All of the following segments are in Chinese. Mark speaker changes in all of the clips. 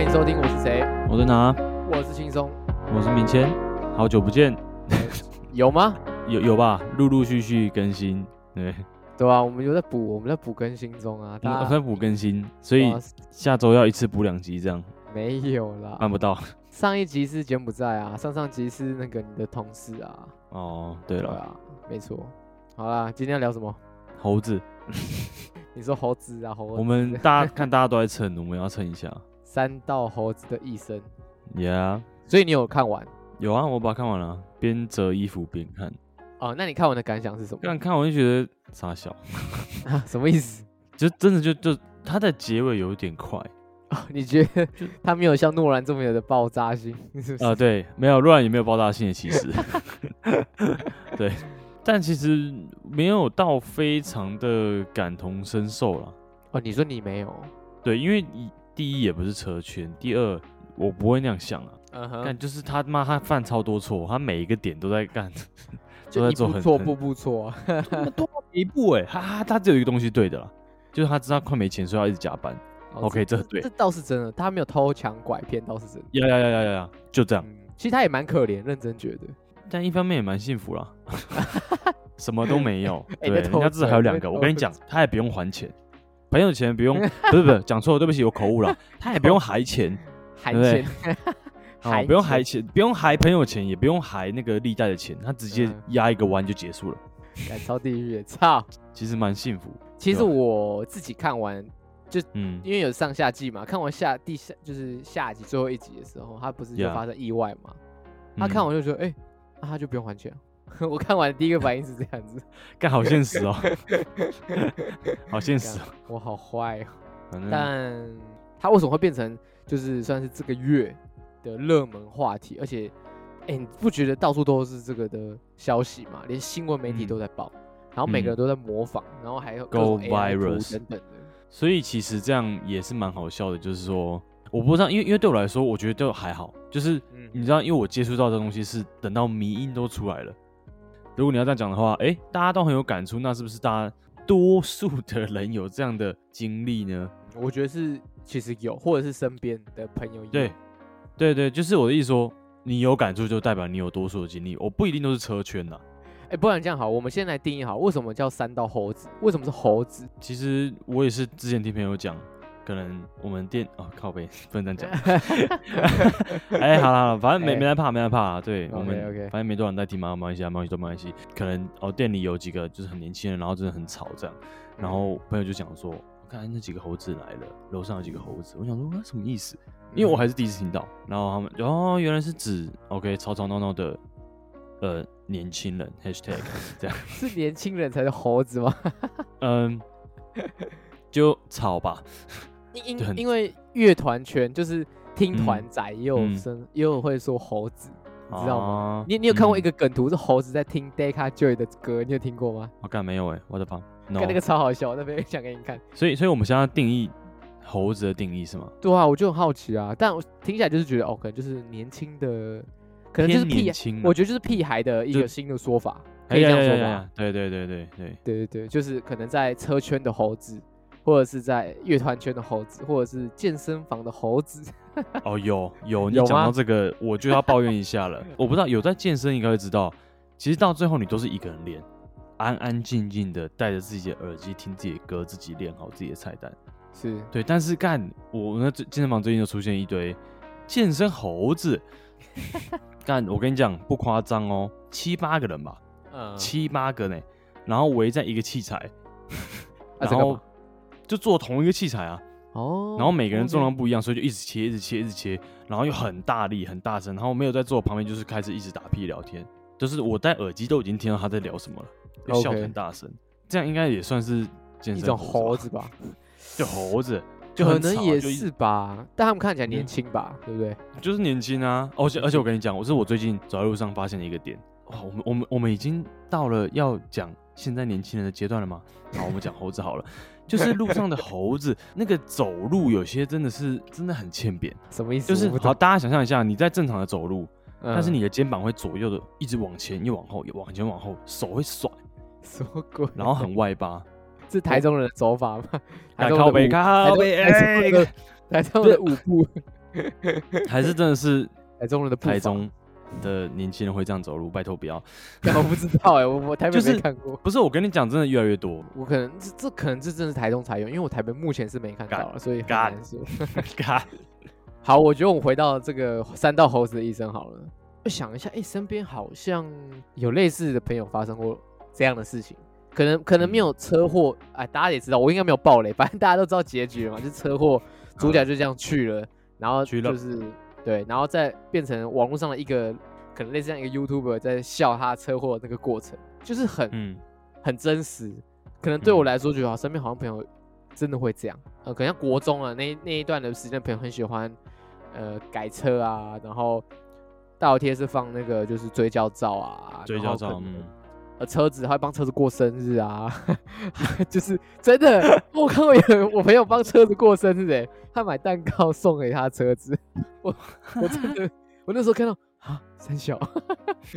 Speaker 1: 迎收听，我是谁？
Speaker 2: 我是拿，
Speaker 1: 我是轻松，
Speaker 2: 我是明谦，好久不见，
Speaker 1: 有吗？
Speaker 2: 有有吧？陆陆续续更新，对，
Speaker 1: 对啊，我们有在补，我们在补更新中啊，
Speaker 2: 嗯我
Speaker 1: 大
Speaker 2: 们
Speaker 1: 家
Speaker 2: 在补更新，所以
Speaker 1: 哇啊
Speaker 2: 下周要一次补两集，这样
Speaker 1: 没有啦。
Speaker 2: 办不到。
Speaker 1: 上一集是柬埔寨啊，上上集是那个你的同事啊，
Speaker 2: 哦，对
Speaker 1: 对
Speaker 2: 了，
Speaker 1: 啊，没错。好啦，今天要聊什么？
Speaker 2: 猴子，
Speaker 1: 你说猴子啊，猴子，
Speaker 2: 我们 大家看大家都在蹭，我们要蹭一下。
Speaker 1: 三道猴子的一生，
Speaker 2: Yeah，
Speaker 1: 所以你有看完
Speaker 2: 有啊，我把它看完了，边折衣服边看，
Speaker 1: 哦？那你看完的感想是什么？
Speaker 2: 看看我就觉得傻笑，
Speaker 1: 什么意思？
Speaker 2: 就真的就就它的结尾有一点快
Speaker 1: 哦你觉得他没有像诺兰这么有的爆炸性，是不是？
Speaker 2: 啊、对，没有，乱也没有爆炸性的其实， 对，但其实没有到非常的感同身受啦。
Speaker 1: 哦，你说你没有？
Speaker 2: 对，因为一第一也不是车圈，第二我不会那样想啊。
Speaker 1: 嗯
Speaker 2: 但，就是他妈他犯超多错，他每一个点都在干，
Speaker 1: 就
Speaker 2: 都在
Speaker 1: 一
Speaker 2: 做
Speaker 1: 步
Speaker 2: 很
Speaker 1: 错
Speaker 2: 很
Speaker 1: 步步错啊，
Speaker 2: 多一步哎、他他他只有一个东西对的啦，就是他知道快没钱，所以要一直加班。
Speaker 1: 哦
Speaker 2: OK，这对
Speaker 1: 这倒是真的，他没有偷抢拐骗，倒是真的。
Speaker 2: 呀呀呀呀呀，就这样。
Speaker 1: 嗯，其实他也蛮可怜，认真觉得。
Speaker 2: 但一方面也蛮幸 福啦，什么都没有。
Speaker 1: 哎
Speaker 2: 对，
Speaker 1: 在
Speaker 2: 人
Speaker 1: 偷
Speaker 2: 家至少
Speaker 1: 嘴
Speaker 2: 还有两
Speaker 1: 在
Speaker 2: 个。
Speaker 1: 偷
Speaker 2: 我跟你讲，他也不用还钱，朋友钱不用， 不是不是，讲错了，对不起，我口误了。他也不
Speaker 1: 哦
Speaker 2: 用还钱，
Speaker 1: 还
Speaker 2: 对不对
Speaker 1: 钱，
Speaker 2: 哦，
Speaker 1: 哎还
Speaker 2: 不用还钱，不用还朋友钱，也不用还那个历代的钱，他直接
Speaker 1: 嗯
Speaker 2: 压一个弯就结束了，
Speaker 1: 敢超地狱，操！
Speaker 2: 其实蛮幸福。
Speaker 1: 其实
Speaker 2: 对
Speaker 1: 我自己看完，
Speaker 2: 嗯，
Speaker 1: 因为有上下季嘛，看完下第下就是下集最后一集的时候，他不是就
Speaker 2: Yeah
Speaker 1: 发生意外嘛？他
Speaker 2: 嗯
Speaker 1: 看完就说，哎，那他就不用还钱了。 我看完第一个反应是这样子，
Speaker 2: 干好 现实哦，好现实哦。
Speaker 1: 我好坏哦。
Speaker 2: 反正
Speaker 1: 但他为什么会变成就是算是这个月的热门话题？而且，哎、你不觉得到处都是这个的消息吗？连新闻媒体
Speaker 2: 嗯
Speaker 1: 都在报，然后每个
Speaker 2: 嗯
Speaker 1: 人都在模仿，然后还有
Speaker 2: Go
Speaker 1: AI 图
Speaker 2: virus
Speaker 1: 等等的。
Speaker 2: 所以其实这样也是蛮好笑的，就是说我不知道，因为因为对我来说，我觉得都还好，就是
Speaker 1: 嗯
Speaker 2: 你知道，因为我接触到这东西是等到迷音都出来了。如果你要这样讲的话，诶，大家都很有感触，那是不是大家多数的人有这样的经历呢？
Speaker 1: 我觉得是其实有，或者是身边的朋友有
Speaker 2: 对，对对，就是我的意思说，你有感触就代表你有多数的经历，我不一定都是车圈啦。
Speaker 1: 哎、不然这样好，我们先来定义好，为什么叫三道猴子？为什么是猴子？
Speaker 2: 其实我也是之前听朋友讲，可能我们店哦靠背不能这样讲。哎、好了好了，反正没、
Speaker 1: 哎
Speaker 2: 没来怕没来怕，对
Speaker 1: OK，
Speaker 2: 我们
Speaker 1: OK
Speaker 2: 反正没多少人在听嘛，没关系啊，没关系都没关系。可能哦店里有几个就是很年轻人，然后真的很吵这样，然后嗯朋友就讲说，我看那几个猴子来了，楼上有几个猴子，我想说啊什么意思？因
Speaker 1: 嗯
Speaker 2: 为我还是第一次听到，然后他们哦原来是指 OK 吵吵闹闹的呃年轻人 #hashtag 这样，
Speaker 1: 是年轻人才是猴子吗？
Speaker 2: 嗯，就吵吧。
Speaker 1: 因
Speaker 2: 就
Speaker 1: 因
Speaker 2: 很
Speaker 1: 因为乐团圈就是听团仔也有
Speaker 2: 嗯
Speaker 1: 声、也有会说猴子，你知道吗？
Speaker 2: 吗
Speaker 1: 你你有看过一
Speaker 2: 个？
Speaker 1: 个梗图是猴子在听 Deca Joy 的歌，你有听过吗？
Speaker 2: 我、干没有哎、我的妈！
Speaker 1: 看、
Speaker 2: no，
Speaker 1: 那个超好笑，我那边 想给你看。
Speaker 2: 所以所以我们现在要定义猴子的定义是吗？
Speaker 1: 对啊，我就很好奇啊，但我听起来就是觉得哦，可能就是年轻的，可能就是
Speaker 2: 偏
Speaker 1: 屁
Speaker 2: 年，轻啊，
Speaker 1: 我觉得就是屁孩的一
Speaker 2: 就
Speaker 1: 个新的说法，可
Speaker 2: 哎
Speaker 1: 以这
Speaker 2: 呀
Speaker 1: 样
Speaker 2: 呀
Speaker 1: 说
Speaker 2: 呀
Speaker 1: 吧？
Speaker 2: 呀对对对对 对，
Speaker 1: 对对对，就是可能在车圈的猴子，或者是在乐团圈的猴子，或者是健身房的猴子。
Speaker 2: 哦有有，你
Speaker 1: 有
Speaker 2: 讲
Speaker 1: 吗
Speaker 2: 到这个我就要抱怨一下了。我不知道有在健身应该会知道，其实到最后你都是一个人练，安安静静的戴着自己的耳机听自己的歌，自己练好自己的菜单。
Speaker 1: 是，
Speaker 2: 对，但是干我那最健身房最近就出现一堆健身猴 子，干我跟你讲不夸张哦，七八个人吧，
Speaker 1: 嗯，
Speaker 2: 七八个呢，然后围在一个器材，
Speaker 1: 啊这
Speaker 2: 然
Speaker 1: 干
Speaker 2: 后
Speaker 1: 嘛
Speaker 2: 就做同一个器材啊，
Speaker 1: 哦，
Speaker 2: 然后每个人重
Speaker 1: OK
Speaker 2: 量不一样，所以就一直切，一直切，一直切，然后又很大力、很大声，然后没有在做，旁边就是开始一直打屁聊天，就是我戴耳机都已经听到他在聊什么了，又笑得
Speaker 1: OK
Speaker 2: 很大声，这样应该也算是健
Speaker 1: 一
Speaker 2: 身
Speaker 1: 种
Speaker 2: 吧
Speaker 1: 猴子吧，
Speaker 2: 就猴子， 就
Speaker 1: 可
Speaker 2: 很
Speaker 1: 能
Speaker 2: 吵
Speaker 1: 也
Speaker 2: 就一直
Speaker 1: 是吧，但他们看起来年
Speaker 2: 嗯
Speaker 1: 轻吧，对不对？
Speaker 2: 就是年轻啊，而且而且我跟你讲，我是我最近走在路上发现的一个点，哇，我们我们我们已经到了要讲现在年轻人的阶段了吗？好，我们讲猴子 好了，就是路上的猴子，那个走路有些真的是真的很欠扁，
Speaker 1: 什么意思？
Speaker 2: 就是
Speaker 1: 我不懂
Speaker 2: 好，大家想象一下，你在正常的走路，但是
Speaker 1: 嗯
Speaker 2: 你的肩膀会左右的一直往前，又往后，又往前往后，手会甩，
Speaker 1: 什么鬼？
Speaker 2: 然后很外八，
Speaker 1: 是台 中人的走法吗？台
Speaker 2: 哎
Speaker 1: 中人的
Speaker 2: 靠
Speaker 1: 舞
Speaker 2: 北靠
Speaker 1: 台中
Speaker 2: 北，
Speaker 1: 台中人
Speaker 2: 哎
Speaker 1: 的台中人的舞步哎
Speaker 2: 还是真的 是
Speaker 1: 台中人 的步伐
Speaker 2: 台，中的年轻人会这样走路？拜托不要！
Speaker 1: 我不知道哎、我我台北
Speaker 2: 就是
Speaker 1: 没看过，
Speaker 2: 不是我跟你讲，真的越来越多。
Speaker 1: 我可能这这可能这真的是台中才有，因为我台北目前是没看到了，所以很
Speaker 2: 干
Speaker 1: 难说。
Speaker 2: 嘎，
Speaker 1: 好，我觉得我们回到这个三道猴子的一生好了。我想一下，哎、身边好像有类似的朋友发生过这样的事情，可能可能没有
Speaker 2: 嗯
Speaker 1: 车祸，哎，大家也知道，我应该没有暴雷，反正大家都知道结局了嘛，就是车祸，主角就这样去了，然后
Speaker 2: 去了
Speaker 1: 就是对，然后再变成网络上的一个可能类似像一个 YouTuber 在笑他车祸的那个过程，就是很、
Speaker 2: 嗯，
Speaker 1: 很真实。可能对我
Speaker 2: 嗯
Speaker 1: 来说，觉得好身边好像朋友真的会这样。呃，可能像国中啊那一那一段的时间，朋友很喜欢呃改车啊，然后大头贴是放那个就是追焦照啊，
Speaker 2: 追
Speaker 1: 然后
Speaker 2: 焦
Speaker 1: 可
Speaker 2: 照，
Speaker 1: 能
Speaker 2: 嗯，
Speaker 1: 呃车子还会帮车子过生日啊， 就是真的，我看过有我朋友帮车子过生日、欸，他买蛋糕送给他车子，我我真的我那时候看到啊三小。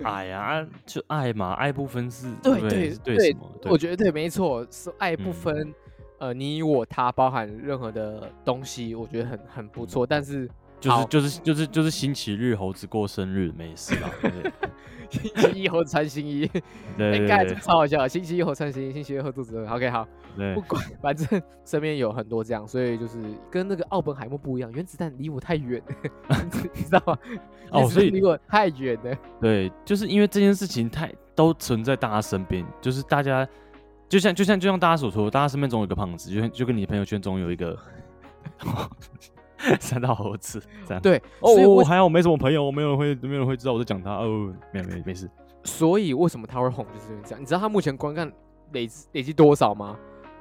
Speaker 2: 爱哎呀，啊就爱嘛，爱不分是，
Speaker 1: 对
Speaker 2: 不
Speaker 1: 对
Speaker 2: 是对
Speaker 1: 对
Speaker 2: 什么？
Speaker 1: 我觉得对，没错，是爱不
Speaker 2: 嗯
Speaker 1: 分、呃你我他，包含任何的东西，我觉得很很不
Speaker 2: 嗯
Speaker 1: 错。但是
Speaker 2: 就是
Speaker 1: 好
Speaker 2: 就是就是就是星期日猴子过生日没事啦， 对不对
Speaker 1: 星期一猴子穿新衣，
Speaker 2: 对
Speaker 1: 哎，
Speaker 2: 对
Speaker 1: 刚才
Speaker 2: 对
Speaker 1: 真的超好笑的。星期一猴子穿新衣，星期二猴子肚子饿。OK，好，
Speaker 2: 对
Speaker 1: 不管，反正身边有很多这样，所以就是跟那个奥本海默不一样，原子弹离我太远， 你知道吗？
Speaker 2: 哦
Speaker 1: 原子
Speaker 2: 所以
Speaker 1: 弹离我太远了。
Speaker 2: 对，就是因为这件事情太都存在大家身边，就是大家就像就像就像大家所说的，大家身边总有一个胖子，就像就跟你朋友圈总有 一个三道猴子这样。
Speaker 1: 对，
Speaker 2: 哦，
Speaker 1: 所以
Speaker 2: 我
Speaker 1: 为
Speaker 2: 还好没什么朋友，没有人会没有人会知道我在讲他哦，没有没有没事，
Speaker 1: 所以为什么他会红就是因为这样。你知道他目前观看累积累积多少吗？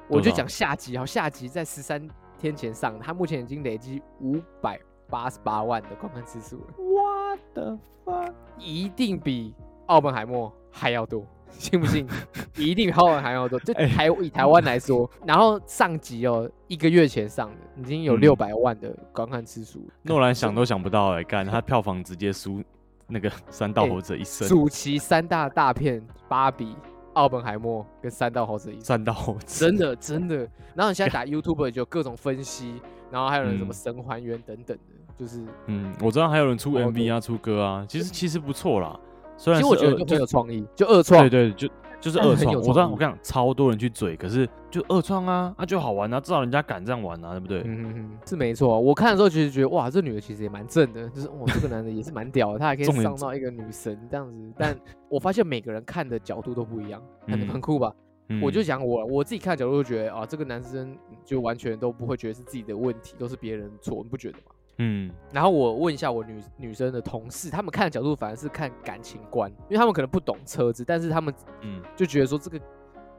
Speaker 1: 我就
Speaker 2: 多少
Speaker 1: 讲下集，好，下集在十三天前上，他目前已经累积五百八十八万的观看次数了，
Speaker 2: 我的妈！
Speaker 1: 一定比奥本海默还要多， 信不 信？一定比奥本海默多。就
Speaker 2: 哎
Speaker 1: 台、以台湾来 说，然后上集哦，一个月前上的，已经有
Speaker 2: 嗯
Speaker 1: 六百万的观看次数。
Speaker 2: 诺兰想都想不到哎、干他票房直接输那个三
Speaker 1: 哎
Speaker 2: 道猴子一生，
Speaker 1: 主其三大大片：芭比、奥本海默跟三道猴子一生。
Speaker 2: 三道猴子
Speaker 1: 真的真的。然后你现 在打 YouTube 就有各种分析，然后还有人什么
Speaker 2: 嗯
Speaker 1: 神还原等等的，就是
Speaker 2: 嗯，我知道还有人出
Speaker 1: 好多
Speaker 2: MV 啊，出歌啊，其实其实不错啦。虽
Speaker 1: 哦其实
Speaker 2: 然是
Speaker 1: 我觉
Speaker 2: 二
Speaker 1: 得就
Speaker 2: 就
Speaker 1: 很有创意，就二创
Speaker 2: 对。对，就就是
Speaker 1: 但是
Speaker 2: 二
Speaker 1: 很
Speaker 2: 创。
Speaker 1: 有
Speaker 2: 我知道，
Speaker 1: 创意
Speaker 2: 我跟你讲，超多人去嘴，可是就二创啊，啊就好玩啊，至少人家敢这样玩啊，对不对？
Speaker 1: 嗯哼哼，是没错。我看的时候其实觉得，哇，这女的其实也蛮正的，就是哇，这个男的也是蛮屌的，他还可以
Speaker 2: 重点
Speaker 1: 上到一个女神这样子。但我发现每个人看的角度都不一样，很
Speaker 2: 嗯
Speaker 1: 很酷吧？
Speaker 2: 嗯
Speaker 1: 我就讲我我自己看的角度，就觉得啊，这个男生就完全都不会觉得是自己的问题，都是别人的错，你不觉得吗？
Speaker 2: 嗯，
Speaker 1: 然后我问一下我女女生的同事，他们看的角度反而是看感情观，因为他们可能不懂车子，但是他们
Speaker 2: 嗯
Speaker 1: 就觉得说这个，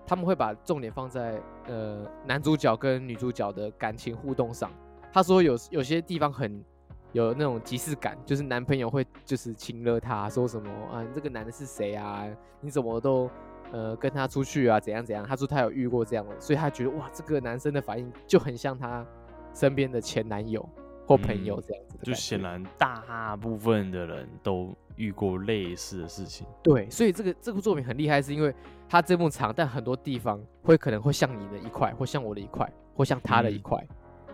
Speaker 1: 他们会把重点放在呃男主角跟女主角的感情互动上。他说有有些地方很有那种即视感，就是男朋友会就是亲了她，说什么啊你这个男的是谁啊，你怎么都呃跟他出去啊怎样怎样。他说他有遇过这样的，所以他觉得哇这个男生的反应就很像他身边的前男友或朋友
Speaker 2: 嗯
Speaker 1: 这样子的感觉、
Speaker 2: 就显然大部分的人都遇过类似的事情。
Speaker 1: 对，所以这个这部作品很厉害，是因为它这么长，但很多地方会可能会像你的一块，或像我的一块，或像他的一
Speaker 2: 嗯
Speaker 1: 块，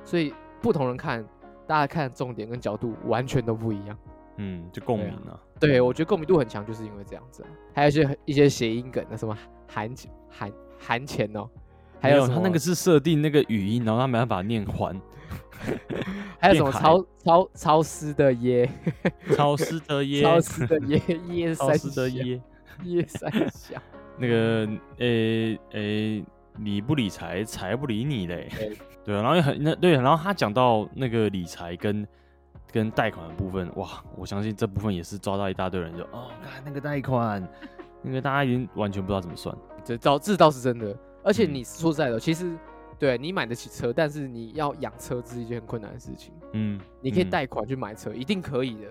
Speaker 1: 所以不同人看，大家看的重点跟角度完全都不一样。
Speaker 2: 嗯，就共
Speaker 1: 对
Speaker 2: 鸣
Speaker 1: 啊
Speaker 2: 啊。
Speaker 1: 对我觉得共鸣度很强，就是因为这样子啊、还有一些一些谐音梗，那什么含含含钱哦，还
Speaker 2: 没
Speaker 1: 有
Speaker 2: 有
Speaker 1: 什
Speaker 2: 他
Speaker 1: 么
Speaker 2: 那个是设定那个语音，然后他没办法念还。
Speaker 1: 还有什么
Speaker 2: 变
Speaker 1: 超超超湿的耶，
Speaker 2: 超师的 耶，
Speaker 1: 超湿的耶耶
Speaker 2: 超
Speaker 1: 三
Speaker 2: 师的
Speaker 1: 小
Speaker 2: 耶，
Speaker 1: 耶三小，
Speaker 2: 那个诶诶、理不理财，财不理你嘞
Speaker 1: 对。
Speaker 2: 对啊，然后也很那对，然后他讲到那个理财跟跟贷款的部分，哇，我相信这部分也是抓到一大堆人就哦，看那个 贷款，那个大家已经完全不知道怎么算。
Speaker 1: 这倒这倒是真的。而且
Speaker 2: 嗯
Speaker 1: 你说实在的，其实对你买得起车，但是你要养车是一件很困难的事情。
Speaker 2: 嗯，
Speaker 1: 你可以
Speaker 2: 嗯
Speaker 1: 贷款去买车，一定可以的，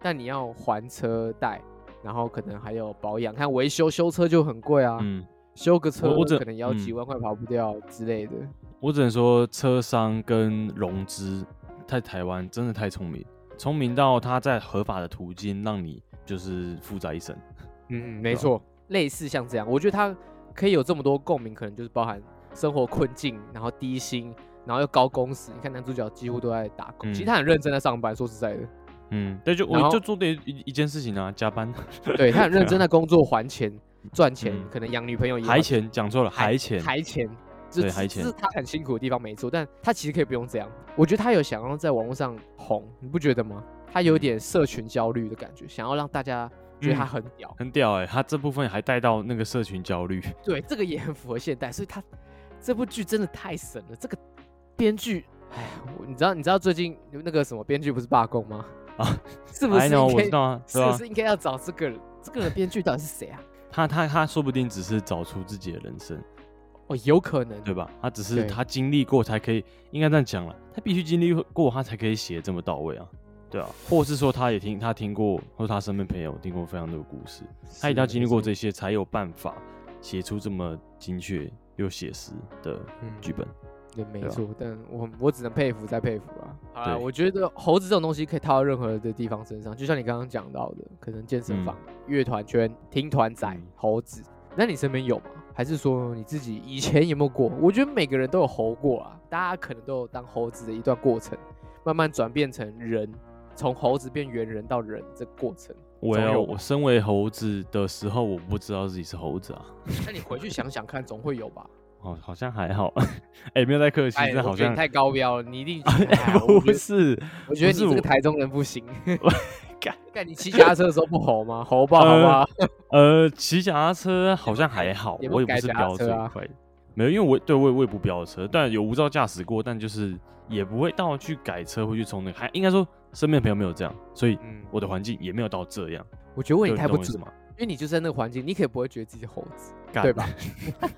Speaker 1: 但你要还车贷，然后可能还有保养，看维修修车就很贵啊，
Speaker 2: 嗯，
Speaker 1: 修个车
Speaker 2: 我我只
Speaker 1: 可能也要几
Speaker 2: 嗯
Speaker 1: 万块跑不掉之类的。
Speaker 2: 我只能说车商跟融资在台湾真的太聪明，聪明到他在合法的途径让你就是负债一生。
Speaker 1: 嗯，没
Speaker 2: 对啊
Speaker 1: 错，类似像这样，我觉得他可以有这么多共鸣，可能就是包含生活困境，然后低薪，然后又高工时，你看男主角几乎都在打工，其实
Speaker 2: 嗯
Speaker 1: 他很认真在上班，说实在的，
Speaker 2: 嗯，对，就
Speaker 1: 然
Speaker 2: 我
Speaker 1: 后
Speaker 2: 就做对一一件事情啊，加班，
Speaker 1: 对他很认真在工作还钱赚钱
Speaker 2: 啊嗯，
Speaker 1: 可能养女朋友也好
Speaker 2: 还钱，讲错了，还钱，
Speaker 1: 还钱，这
Speaker 2: 对
Speaker 1: 这
Speaker 2: 还钱
Speaker 1: 这是他很辛苦的地方没错，但他其实可以不用这样。我觉得他有想要在网络上红，你不觉得吗？他有点社群焦虑的感觉，想要让大家觉得他
Speaker 2: 嗯
Speaker 1: 很屌。
Speaker 2: 很屌哎、他这部分还带到那个社群焦虑，
Speaker 1: 对，这个也很符合现代，所以他这部剧真的太神了。这个编剧，哎，我你知道你知道最近那个什么编剧不是罢工吗？
Speaker 2: 啊，
Speaker 1: 是不是
Speaker 2: I
Speaker 1: 应
Speaker 2: know，我
Speaker 1: 该
Speaker 2: 知道啊，
Speaker 1: 是
Speaker 2: 对
Speaker 1: 不
Speaker 2: 吧？
Speaker 1: 是应该要找这个人？这个人编剧到底是谁啊？
Speaker 2: 他他他说不定只是找出自己的人生，
Speaker 1: 哦，有可能，
Speaker 2: 对吧？他只
Speaker 1: 对
Speaker 2: 是他经历过才可以，应该这样讲了，他必须经历过他才可以写这么到位啊，对啊，或是说他也听他听过，或他身边朋友听过非常多的故事，他一定要经历过
Speaker 1: 是没
Speaker 2: 这些，才有办法写出这么精确又写实的
Speaker 1: 嗯
Speaker 2: 剧本。
Speaker 1: 错对，没
Speaker 2: 对啊
Speaker 1: 错。但我我只能佩服再佩服啊。好啦
Speaker 2: 对
Speaker 1: 我觉得猴子这种东西可以套到任何的地方身上，就像你刚刚讲到的，可能健身
Speaker 2: 嗯
Speaker 1: 房、乐团圈、听团仔
Speaker 2: 嗯、
Speaker 1: 猴子。那你身边有吗？还是说你自己以前有没有过？我觉得每个人都有猴过啊，大家可能都有当猴子的一段过程，慢慢转变成人，从猴子变猿人到人这个过程。
Speaker 2: 我
Speaker 1: 总
Speaker 2: 要
Speaker 1: 有吧
Speaker 2: 我身为猴子的时候，我不知道自己是猴子啊，
Speaker 1: 那你回去想想看，总会有吧？
Speaker 2: 好好像还好， 哎、没有在客气，
Speaker 1: 哎，
Speaker 2: 这
Speaker 1: 我
Speaker 2: 好
Speaker 1: 觉得你
Speaker 2: 像
Speaker 1: 太高标了，你一 定哎我觉
Speaker 2: 不
Speaker 1: 得
Speaker 2: 是，
Speaker 1: 我觉得你
Speaker 2: 不是
Speaker 1: 这个
Speaker 2: 我
Speaker 1: 台中人不行。
Speaker 2: 干
Speaker 1: 干你骑脚踏车的时候不吼 吗？吼爆好不好？
Speaker 2: 呃，骑脚踏车好像还好，
Speaker 1: 有没有
Speaker 2: 我也不
Speaker 1: 改
Speaker 2: 是
Speaker 1: 脚踏
Speaker 2: 飙
Speaker 1: 车
Speaker 2: 最
Speaker 1: 啊
Speaker 2: 快的，没有，因为我对我也我也不飙车，但有无照驾驶过，但就是也不会到去改车会去冲那个，还应该说身边的朋友没有这样，所以
Speaker 1: 嗯，
Speaker 2: 我的环境也没有到这样，
Speaker 1: 我觉得问
Speaker 2: 对
Speaker 1: 你太不
Speaker 2: 懂我意思
Speaker 1: 准，
Speaker 2: 吗？
Speaker 1: 因为你就是在那个环境，你可以不会觉得自己是猴子，
Speaker 2: 干
Speaker 1: 对吧？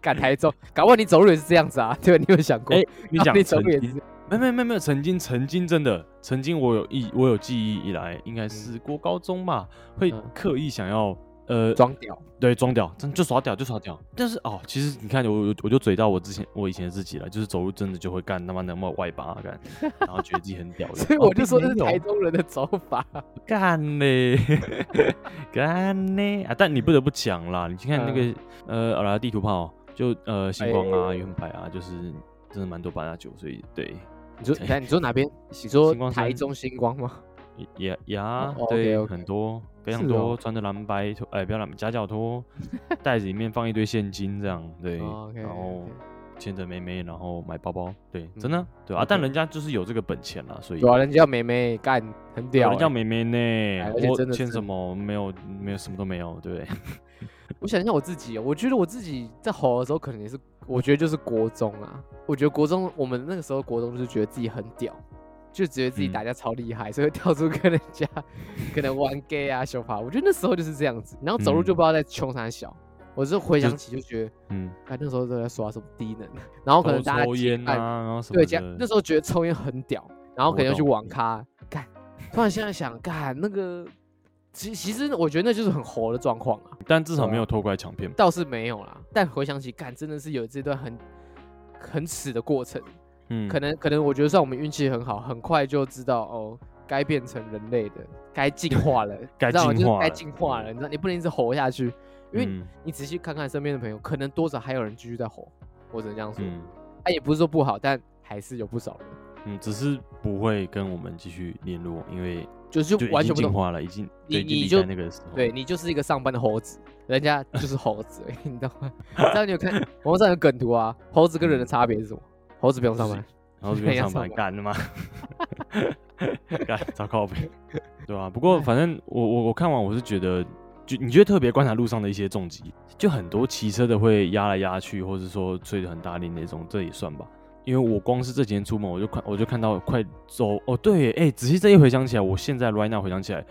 Speaker 1: 赶台中，搞不好你走路也是这样子啊，对吧？你有想过？
Speaker 2: 哎你
Speaker 1: 搞不好
Speaker 2: 讲
Speaker 1: 你走
Speaker 2: 曾
Speaker 1: 路也
Speaker 2: 经
Speaker 1: 是，
Speaker 2: 没有没有没有没有，曾经曾经真的，曾经我有忆我有记忆以来，应该是国高中吧，会
Speaker 1: 嗯
Speaker 2: 刻意想要呃
Speaker 1: 装屌，
Speaker 2: 对装屌，真就耍屌就耍屌。但是哦，其实你看我我我就嘴到我之前我以前的自己了，就是走路真的就会干他妈那么外八干，然后觉得自己很 屌的，
Speaker 1: 所以
Speaker 2: 哦
Speaker 1: 我就说这是
Speaker 2: 并没有
Speaker 1: 台中人的走 法。
Speaker 2: 干嘞， 干嘞啊！但你不得不讲啦，你去看那个、呃，好啦，地图炮就呃星光啊、
Speaker 1: 嗯哎
Speaker 2: 原牌啊，就是真的蛮多八加九，所以对
Speaker 1: 你说，
Speaker 2: 对
Speaker 1: 看你说哪边？你
Speaker 2: 星
Speaker 1: 说
Speaker 2: 星光
Speaker 1: 台
Speaker 2: 山
Speaker 1: 中星光吗？
Speaker 2: 也呀
Speaker 1: 哦，
Speaker 2: 对
Speaker 1: OK，OK
Speaker 2: 很多非常
Speaker 1: 是
Speaker 2: 多、
Speaker 1: 哦
Speaker 2: 穿着蓝白拖，哎、不要蓝夹脚 拖，袋子里面放一堆现金这样，对，
Speaker 1: 哦，OK，
Speaker 2: 然后
Speaker 1: OK
Speaker 2: 牵着妹妹，然后买包包，对，真
Speaker 1: 嗯
Speaker 2: 的、对啊，但
Speaker 1: OK
Speaker 2: 人家就是有这个本钱啦，所以
Speaker 1: 对啊，人家叫妹妹干，很
Speaker 2: 有
Speaker 1: 屌
Speaker 2: 人叫
Speaker 1: 欸。
Speaker 2: 妹妹呢
Speaker 1: 而且，真
Speaker 2: 我
Speaker 1: 的
Speaker 2: 欠
Speaker 1: 是
Speaker 2: 什么没有没有什么都没有，对不对？
Speaker 1: 我想一下我自己，哦我觉得我自己在吼的时候，可能也是，我觉得就是国中啊。我觉得国中，我们那个时候国中就是觉得自己很屌，就觉得自己
Speaker 2: 嗯
Speaker 1: 打架超厉害，所以跳出跟人家可能玩 gay 啊、秀法。我觉得那时候就是这样子，然后走路就
Speaker 2: 嗯
Speaker 1: 不知道在穷啥小。我就回
Speaker 2: 就
Speaker 1: 想起就觉得，
Speaker 2: 嗯。
Speaker 1: 哎，那时候都在耍什么低能，啊然后哦可能大家
Speaker 2: 哦抽
Speaker 1: 结
Speaker 2: 烟
Speaker 1: 伴
Speaker 2: 啊，然后什么
Speaker 1: 对，
Speaker 2: 的。
Speaker 1: 这样那时候觉得抽烟很屌，然后可
Speaker 2: 我
Speaker 1: 能要去
Speaker 2: 懂嗯
Speaker 1: 网咖干。突然现在想，干那个，其其实我觉得那就是很猴的状况啊。
Speaker 2: 但至少
Speaker 1: 对啊
Speaker 2: 没有偷拐抢骗嘛。
Speaker 1: 倒是没有啦，但回想起，干真的是有这段很很耻的过程。
Speaker 2: 嗯，
Speaker 1: 可能可能我觉得算我们运气很好，很快就知道哦，该变成人类的，该进化了，
Speaker 2: 该
Speaker 1: 你知道吗
Speaker 2: 进
Speaker 1: 就是
Speaker 2: 化
Speaker 1: 该
Speaker 2: 了
Speaker 1: 进化了。你知道，你不能一直吼下去，因为
Speaker 2: 嗯
Speaker 1: 你仔细看看身边的朋友，可能多少还有人继续在吼。我只能这样说，
Speaker 2: 嗯
Speaker 1: 他、也不是说不好，但还是有不少人，
Speaker 2: 嗯，只是不会跟我们继续联络，因为
Speaker 1: 就是
Speaker 2: 就已
Speaker 1: 完全
Speaker 2: 经
Speaker 1: 不
Speaker 2: 进
Speaker 1: 懂。
Speaker 2: 化了，已经
Speaker 1: 你
Speaker 2: 对已经
Speaker 1: 你
Speaker 2: 离
Speaker 1: 就
Speaker 2: 开那个时候。
Speaker 1: 对，你就是一个上班的猴子，人家 就是猴子而已，你知道吗？ 你知道你有看网络上有梗图啊，猴子跟
Speaker 2: 嗯
Speaker 1: 人的差别是什么？猴子不用上班，
Speaker 2: 然后这边
Speaker 1: 要
Speaker 2: 上
Speaker 1: 上
Speaker 2: 班
Speaker 1: 班
Speaker 2: 干的吗？干糟糕呗，对啊？不过反正我我我看完我是觉得，就你就会特别观察路上的一些重疾，就很多骑车的会压来压去，或者说吹得很大力那种，这也算吧。因为我光是这几天出门，我就看我就看到快走哦，对耶，哎、仔细这一回想起来，我现在 right now 回想起来，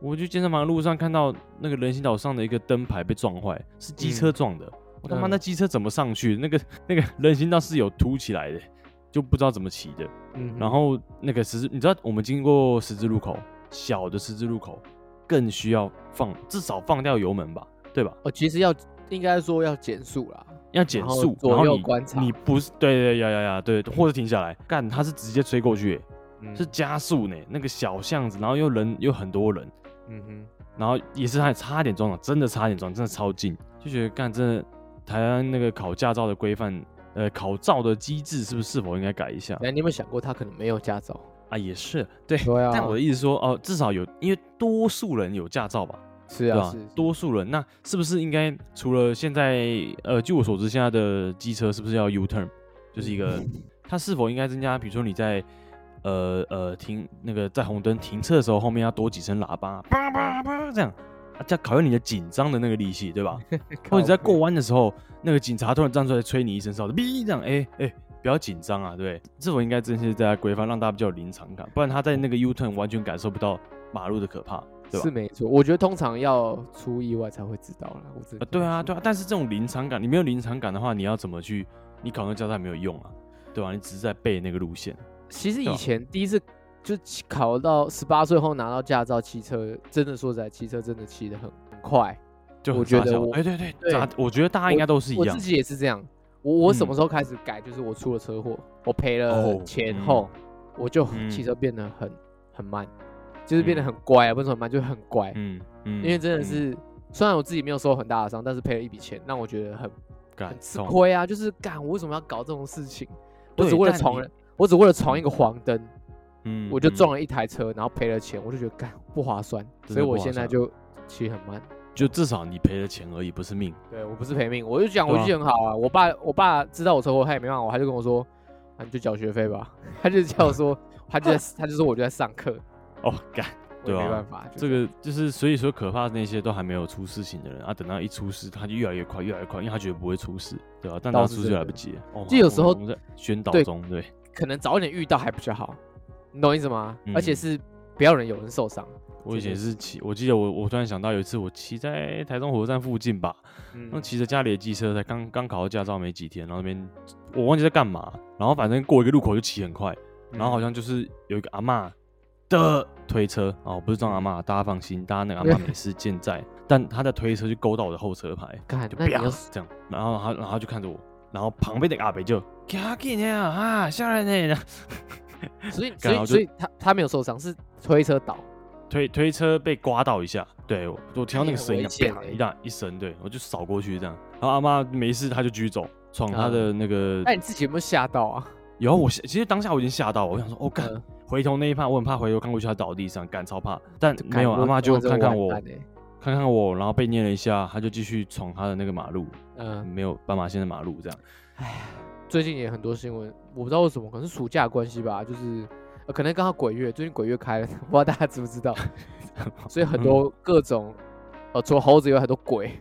Speaker 2: 我去健身房的路上看到那个人行岛上的一个灯牌被撞坏，是机车撞的。我他妈
Speaker 1: 嗯
Speaker 2: 那机车怎么上去？那个那个人行道是有凸起来的，就不知道怎么骑的。
Speaker 1: 嗯哼，
Speaker 2: 然后那个十字，你知道我们经过十字路口，小的十字路口更需要放，至少放掉油门吧，对吧？
Speaker 1: 哦我其实要应该说要减速啦，
Speaker 2: 要减
Speaker 1: 然后
Speaker 2: 速，
Speaker 1: 左
Speaker 2: 然后
Speaker 1: 右
Speaker 2: 你
Speaker 1: 观察
Speaker 2: 你不是对对呀呀呀，对，或者停下来，干他是直接吹过去耶，欸
Speaker 1: 嗯
Speaker 2: 是加速呢，那个小巷子，然后又人又很多人，
Speaker 1: 嗯哼，
Speaker 2: 然后也是还差点撞到，真的差点撞，真的超近，就觉得干真的台湾那个考驾照的规范呃考照的机制是不是是否应该改一下
Speaker 1: 哎那你有没有想过他可能没有驾照？
Speaker 2: 啊？也是对，
Speaker 1: 对啊，
Speaker 2: 但我的意思说哦、至少有因为多数人有驾照吧，
Speaker 1: 是
Speaker 2: 对
Speaker 1: 啊，
Speaker 2: 吧
Speaker 1: 是？
Speaker 2: 多数人那是不是应该除了现在呃，据我所知，现在的机车是不是要 U turn，就是一个它是否应该增加，比如说你在呃呃停那个在红灯停车的时候，后面要多几声喇叭，叭叭叭这样，啊，这样考验你的紧张的那个力气，对吧？或者你在过弯的时候，那个警察突然站出来吹你一声哨子，哔这样，哎、哎、不要紧张啊，对，这我应该真是在规范，让大家比较有临场感，不然他在那个 U turn 完全感受不到马路的可怕，对吧？
Speaker 1: 是没错，我觉得通常要出意外才会知道啦。我真的
Speaker 2: 啊，对
Speaker 1: 相
Speaker 2: 啊，
Speaker 1: 信
Speaker 2: 对啊，但是这种临场感，你没有临场感的话，你要怎么去？你考上驾照也没有用啊，对吧、你只是在背那个路线，
Speaker 1: 其实
Speaker 2: 对
Speaker 1: 以
Speaker 2: 啊
Speaker 1: 前第一次就骑考到十八岁后拿到驾照骑车，真的说实在，骑车真的骑得很很快。
Speaker 2: 就很
Speaker 1: 我觉
Speaker 2: 傻
Speaker 1: 得
Speaker 2: 笑
Speaker 1: 我
Speaker 2: 哎，对对
Speaker 1: 对
Speaker 2: 大我觉得大家应该都是一
Speaker 1: 我
Speaker 2: 样
Speaker 1: 自，己也是这样。我我什
Speaker 2: 嗯
Speaker 1: 么时候开始改？就是我出了车祸，我赔了
Speaker 2: 哦
Speaker 1: 钱
Speaker 2: 嗯
Speaker 1: 后，我就
Speaker 2: 嗯
Speaker 1: 骑车变得很很慢，就是变得
Speaker 2: 嗯
Speaker 1: 很乖啊，不是说很慢，就是很乖。
Speaker 2: 嗯嗯，
Speaker 1: 因为真的
Speaker 2: 嗯
Speaker 1: 是，虽然我自己没有受很大的伤，但是赔了一笔钱，让我觉得很
Speaker 2: 感
Speaker 1: 很吃
Speaker 2: 动，
Speaker 1: 亏啊！就是干，我为什么要搞这种事情？我
Speaker 2: 对
Speaker 1: 只为了
Speaker 2: 但
Speaker 1: 闯
Speaker 2: 你
Speaker 1: 人，我只为了闯一个黄灯，
Speaker 2: 嗯
Speaker 1: 我就撞
Speaker 2: 嗯
Speaker 1: 了一台车，然后赔了钱，我就觉得干不划算，
Speaker 2: 真
Speaker 1: 所以
Speaker 2: 的
Speaker 1: 我
Speaker 2: 不划
Speaker 1: 现在
Speaker 2: 算
Speaker 1: 就骑很慢。
Speaker 2: 就至少你赔了钱而已，不是命。
Speaker 1: 对我不是赔命，我就讲
Speaker 2: 对
Speaker 1: 我
Speaker 2: 啊
Speaker 1: 运气很好啊。我爸我爸知道我车祸，他也没骂我，他就跟我说，啊你就缴学费吧。 他就叫我说，他 就在他就说我就在上课，
Speaker 2: 哦，干，
Speaker 1: 我也
Speaker 2: 对啊
Speaker 1: 没办法。就
Speaker 2: 这个就是所以说可怕的那些都还没有出事情的人啊，等到一出事，他就越来越快，越来越快，因为他觉得不会出事，对吧、但
Speaker 1: 倒
Speaker 2: 他
Speaker 1: 是
Speaker 2: 出事
Speaker 1: 真
Speaker 2: 就来
Speaker 1: 的
Speaker 2: 不及了。哦，
Speaker 1: 就有时候
Speaker 2: 我们在宣导
Speaker 1: 对
Speaker 2: 中，对，
Speaker 1: 可能早一点遇到还比较好，你懂我意思吗？而且
Speaker 2: 嗯
Speaker 1: 是不要人有人受伤。
Speaker 2: 我以
Speaker 1: 真
Speaker 2: 前
Speaker 1: 的
Speaker 2: 是骑，我记得我我突然想到有一次我骑在台中火车站附近吧，
Speaker 1: 嗯
Speaker 2: 那骑着家里的机车，才刚刚考到驾照没几天，然后那边我忘记在干嘛，然后反正过一个路口就骑很快，
Speaker 1: 嗯
Speaker 2: 然后好像就是有一个阿嬷的推车啊，我不是撞阿嬷，大家放心，大家那个阿嬷没事健在，但她的推车就勾到我的后车牌，
Speaker 1: 干，
Speaker 2: 就
Speaker 1: 那你要
Speaker 2: 啪这样，然后他然后他就看着我，然后旁边的阿北就赶紧啊啊下来呢，
Speaker 1: 所以所
Speaker 2: 干然后
Speaker 1: 以
Speaker 2: 就
Speaker 1: 所以他他没有受伤，是推车倒。
Speaker 2: 推推车被刮到一下，对我我听到那个声音
Speaker 1: 那 你很危险
Speaker 2: 啊，啪
Speaker 1: 欸
Speaker 2: 一大一声，对我就扫过去这样。然后阿妈没事，她就继续走，闯她
Speaker 1: 啊
Speaker 2: 的那个。
Speaker 1: 那你自己有没有吓到啊？
Speaker 2: 然后我吓其实当下我已经吓到了，我想说，哦干，
Speaker 1: 嗯
Speaker 2: 回头那一趴我很怕，回头看过去她倒地上，干超怕。但
Speaker 1: 干
Speaker 2: 没有，啊
Speaker 1: 我
Speaker 2: 阿妈就
Speaker 1: 真的
Speaker 2: 看看我，
Speaker 1: 完蛋欸
Speaker 2: 看看我，然后被念了一下，她就继续闯她的那个马路，
Speaker 1: 嗯，
Speaker 2: 没有斑马线的马路这样。
Speaker 1: 最近也很多新闻，我不知道为什么，可能是暑假的关系吧，就是、呃可能刚好鬼月，最近鬼月开了， 不知道大家知不知 道，所以很多各种，呃，除了猴子以外，很多鬼，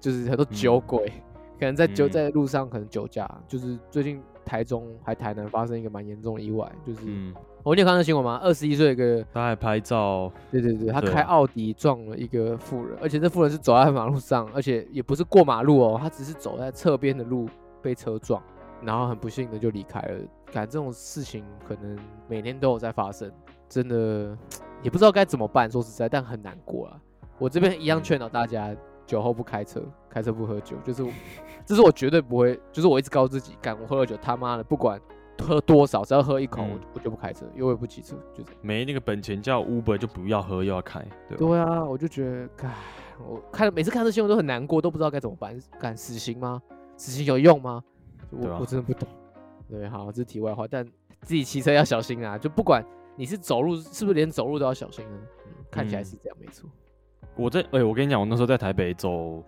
Speaker 1: 就是很多酒鬼，可能在酒
Speaker 2: 嗯
Speaker 1: 在路上可能酒驾，就是最近台中还台南发生一个蛮严重的意外，就是、
Speaker 2: 嗯，
Speaker 1: 我你有看到新闻吗？二十一岁的一个
Speaker 2: 她还拍照，
Speaker 1: 对对对，他
Speaker 2: 对啊
Speaker 1: 开奥迪撞了一个富人，而且这富人是走在马路上，而且也不是过马路哦，他只是走在侧边的路被车撞，然后很不幸的就离开了。感这种事情可能每天都有在发生，真的也不知道该怎么办。说实在，但很难过啊。我这边一样
Speaker 2: 嗯
Speaker 1: 劝导大家，酒后不开车，开车不喝酒，就是我这是我绝对不会，就是我一直告诉自己，敢我喝了酒，他妈的不管喝多少，只要喝一口，我
Speaker 2: 嗯
Speaker 1: 我就不开车，因为我也不骑车，就这样。
Speaker 2: 没那个本钱叫 Uber 就不要喝又要开，对吧？
Speaker 1: 对啊，我就觉得，唉，我看每次看这新闻都很难过，都不知道该怎么办。敢死刑吗？死刑有用吗？我、
Speaker 2: 对啊
Speaker 1: 我真的不懂。对，好，这是题外话，但自己骑车要小心啊！就不管你是走路，是不是连走路都要小心呢？嗯，看起来
Speaker 2: 嗯
Speaker 1: 是这样，没错。
Speaker 2: 我在哎、我跟你讲，我那时候在台北走，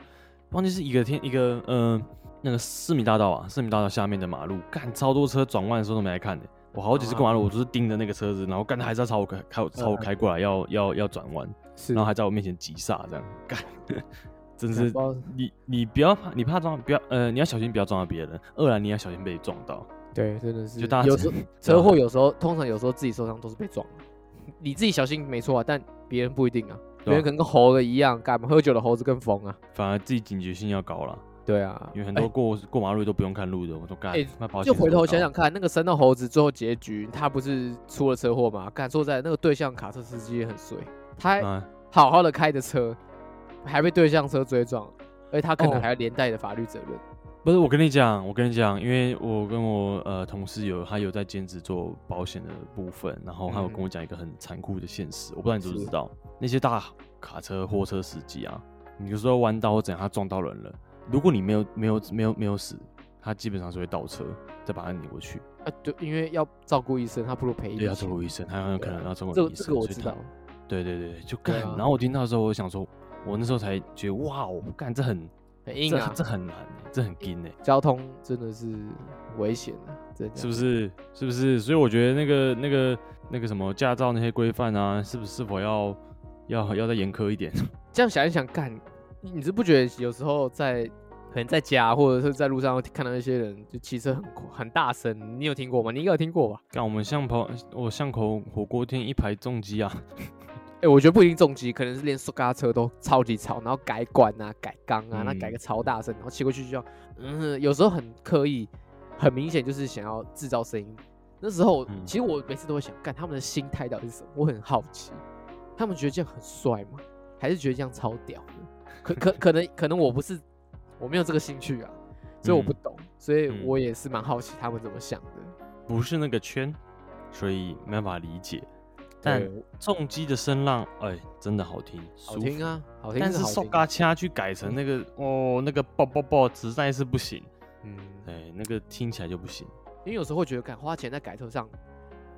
Speaker 2: 忘记是一个天一个嗯、呃那个市民大道啊，市民大道下面的马路，干超多车转弯的时候都没来看的、我好几次过
Speaker 1: 啊
Speaker 2: 马路，我就是盯着那个车子，然后干他还是要朝我开开朝我开过来，要要要转弯，
Speaker 1: 嗯是
Speaker 2: 然后还在我面前急刹这样，干，真
Speaker 1: 感
Speaker 2: 是
Speaker 1: 不到
Speaker 2: 你你不要怕，你怕撞不要呃你要小心不要撞到别人，二来你要小心被撞到，
Speaker 1: 对，真的是。
Speaker 2: 大家
Speaker 1: 有
Speaker 2: 知
Speaker 1: 时候
Speaker 2: 知道
Speaker 1: 车祸，有时候通常有时候自己受伤都是被撞的。你自己小心没错啊，但别人不一定啊。别
Speaker 2: 对
Speaker 1: 人
Speaker 2: 吧、
Speaker 1: 可能跟猴子一样，干嘛喝酒的猴子更疯啊。
Speaker 2: 反而自己警觉性要高了，
Speaker 1: 对啊，
Speaker 2: 因为很
Speaker 1: 哎
Speaker 2: 多过、过马路都不用看路的，我都干
Speaker 1: 哎，
Speaker 2: 那保
Speaker 1: 就
Speaker 2: 险怎么
Speaker 1: 回头
Speaker 2: 高
Speaker 1: 想想看，那个山道猴子最后结局，他不是出了车祸吗？敢说实在，那个对象卡车司机也很衰，他
Speaker 2: 嗯。
Speaker 1: 好好的开着车，还被对向车追撞，而且他可
Speaker 2: 哦
Speaker 1: 能还要连带的法律责任。
Speaker 2: 不是，我跟你讲，我跟你讲，因为我跟我呃同事有他有在兼职做保险的部分，然后他有跟我讲一个很残酷的现实，我不知道你知不知道，那些大卡车、货车司机啊，你有时候弯道或怎样，他撞到人了，如果你没有没有没有没有死，他基本上是会倒车，再把他碾过去。
Speaker 1: 啊，对，因为要照顾医生，他不如陪医
Speaker 2: 对，
Speaker 1: 生。
Speaker 2: 要照顾医生，他要可能要照顾
Speaker 1: 这
Speaker 2: 你
Speaker 1: 个
Speaker 2: 医
Speaker 1: 这
Speaker 2: 生，
Speaker 1: 个我
Speaker 2: 所以
Speaker 1: 知
Speaker 2: 他
Speaker 1: 道。
Speaker 2: 对对对，就
Speaker 1: 对
Speaker 2: 干。
Speaker 1: 啊
Speaker 2: 然后我听到的时候，我想说，我那时候才觉得哇，我干这很
Speaker 1: 很硬
Speaker 2: 这
Speaker 1: 啊
Speaker 2: 这，很难欸，这很硬哎，
Speaker 1: 交通真的是危险啊，真的。
Speaker 2: 是不？是？是不是？所以我觉得那个那个那个什么驾照那些规范啊，是不是否要要要再严苛一点？
Speaker 1: 这样想一想，干，你你是不觉得有时候在可能在家或者是在路上会看到一些人就骑车很快很大声，你有听过吗？你应该有听过吧？
Speaker 2: 干，我们巷口我巷口火锅店一排重机啊，
Speaker 1: 哎、我觉得不一定重击，可能是连速嘎车都超级吵，然后改管啊、改缸啊，那改
Speaker 2: 嗯
Speaker 1: 个超大声，然后骑过去就像，嗯，有时候很刻意，很明显就是想要制造声音。那时候，
Speaker 2: 嗯
Speaker 1: 其实我每次都会想，干他们的心态到底是什么？我很好奇，他们觉得这样很帅吗？还是觉得这样超屌呢？可可可能可能我不是，我没有这个兴趣啊，所以我不
Speaker 2: 嗯
Speaker 1: 懂，所以
Speaker 2: 嗯
Speaker 1: 我也是蛮好奇他们怎么想的。
Speaker 2: 不是那个圈，所以没办法理解。但
Speaker 1: 对
Speaker 2: 重机的声浪，哎、真的好听，
Speaker 1: 好
Speaker 2: 舒
Speaker 1: 听
Speaker 2: 服。
Speaker 1: 啊，好听嗯
Speaker 2: 但是
Speaker 1: 好
Speaker 2: 手
Speaker 1: 听
Speaker 2: 嘎掐去改成那个哦，那个爆爆爆，实在是不行。
Speaker 1: 嗯
Speaker 2: 哎、那个听起来就不行。
Speaker 1: 因为有时候会觉得，看花钱在改车上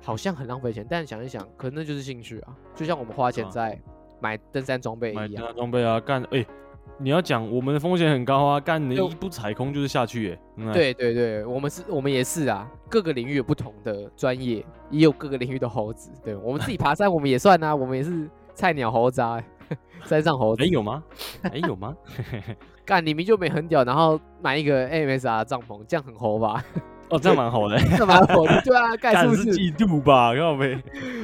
Speaker 1: 好像很浪费钱，但想一想，可能那就是兴趣啊。就像我们花钱
Speaker 2: 啊
Speaker 1: 在买登山装备
Speaker 2: 买
Speaker 1: 一
Speaker 2: 其
Speaker 1: 样，
Speaker 2: 他装备啊，干哎、你要讲我们的风险很高啊，干你
Speaker 1: 对
Speaker 2: 一不踩空就是下去耶、嗯哎，
Speaker 1: 对对对，我们是，我们也是啊。各个领域有不同的专业，也有各个领域的猴子。对我们自己爬山，我们也算啊，我们也是菜鸟猴子啊，山上猴子
Speaker 2: 哎、。有吗？哎、有吗？
Speaker 1: 干，你明就没很屌，然后买一个 AMSR 帐篷，这样很猴吧？
Speaker 2: 哦，这样蛮好的、
Speaker 1: 干嘛猴子？对啊，干
Speaker 2: 干
Speaker 1: 是不
Speaker 2: 是
Speaker 1: 是？
Speaker 2: 嫉妒吧？靠呗。